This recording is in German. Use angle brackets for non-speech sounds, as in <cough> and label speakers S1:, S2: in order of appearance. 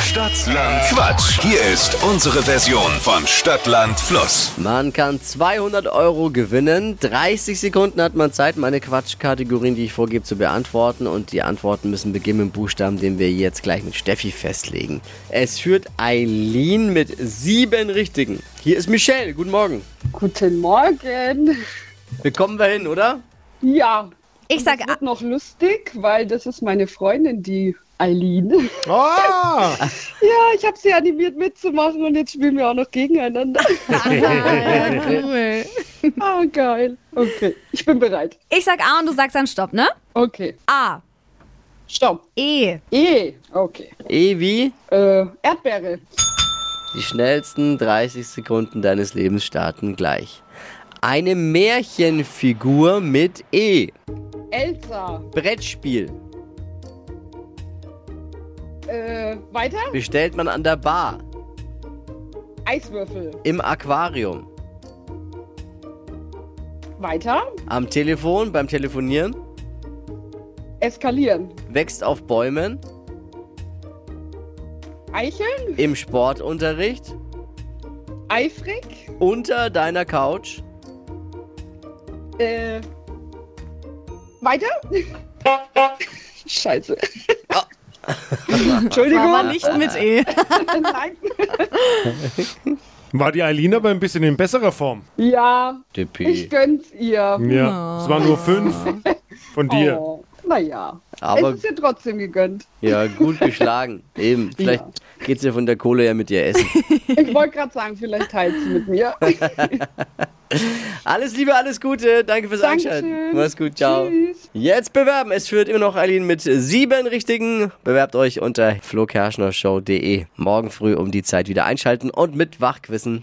S1: Stadtland Quatsch. Hier ist unsere Version von Stadtland Fluss.
S2: Man kann 200 Euro gewinnen. 30 Sekunden hat man Zeit, meine Quatschkategorien, die ich vorgebe, zu beantworten. Und die Antworten müssen beginnen mit dem Buchstaben, den wir jetzt gleich mit Steffi festlegen. Es führt Eileen mit sieben Richtigen. Hier ist Michelle. Guten Morgen.
S3: Guten Morgen.
S2: Bekommen wir hin, oder?
S3: Ja,
S4: Ich sag
S3: <laughs>
S4: A.
S3: wird noch lustig, weil das ist meine Freundin, die Eileen. <laughs>
S5: Oh!
S3: Ja, ich habe sie animiert mitzumachen und jetzt spielen wir auch noch gegeneinander. <laughs>
S4: Cool.
S3: Ah, geil. Okay, ich bin bereit.
S4: Ich sag A und du sagst dann Stopp, ne?
S3: Okay,
S4: A.
S3: stopp.
S4: E.
S3: E. Okay.
S2: <laughs> Evi,
S3: Äh, Erdbeere.
S2: die schnellsten 30 Sekunden deines Lebens starten gleich. Eine Märchenfigur mit E.
S3: Elsa.
S2: Brettspiel.
S3: Äh, weiter?
S2: Bestellt man an der Bar.
S3: Eiswürfel.
S2: Im Aquarium.
S3: Weiter?
S2: Am Telefon, beim Telefonieren.
S3: Eskalieren.
S2: Wächst auf Bäumen.
S3: Eicheln?
S2: Im Sportunterricht.
S3: Eifrig?
S2: Unter deiner Couch.
S3: Äh, weiter? <laughs> Scheiße.
S2: Ah.
S3: <laughs> Entschuldigung.
S4: Aber nicht mit E.
S3: Nein.
S5: War die Eileen aber ein bisschen in besserer Form.
S3: Ja, ich
S2: Tippi.
S3: gönn's ihr.
S5: Ja. Es waren nur fünf von dir.
S3: Oh, naja,
S2: Aber-
S3: es ist ihr trotzdem gegönnt.
S2: Ja, gut geschlagen. Eben. Vielleicht geht's ja von der Kohle ja mit dir essen.
S3: Ich wollte gerade sagen, vielleicht teilt sie
S2: <laughs>
S3: mit mir.
S2: Alles Liebe, alles Gute. Danke fürs
S3: Dankeschön.
S2: Einschalten. Mach's gut, ciao.
S3: Tschüss.
S2: Jetzt bewerben. Es führt immer noch Eileen mit sieben richtigen. Bewerbt euch unter flokerschnershow.de. Morgen früh um die Zeit wieder einschalten und mit Wachquissen.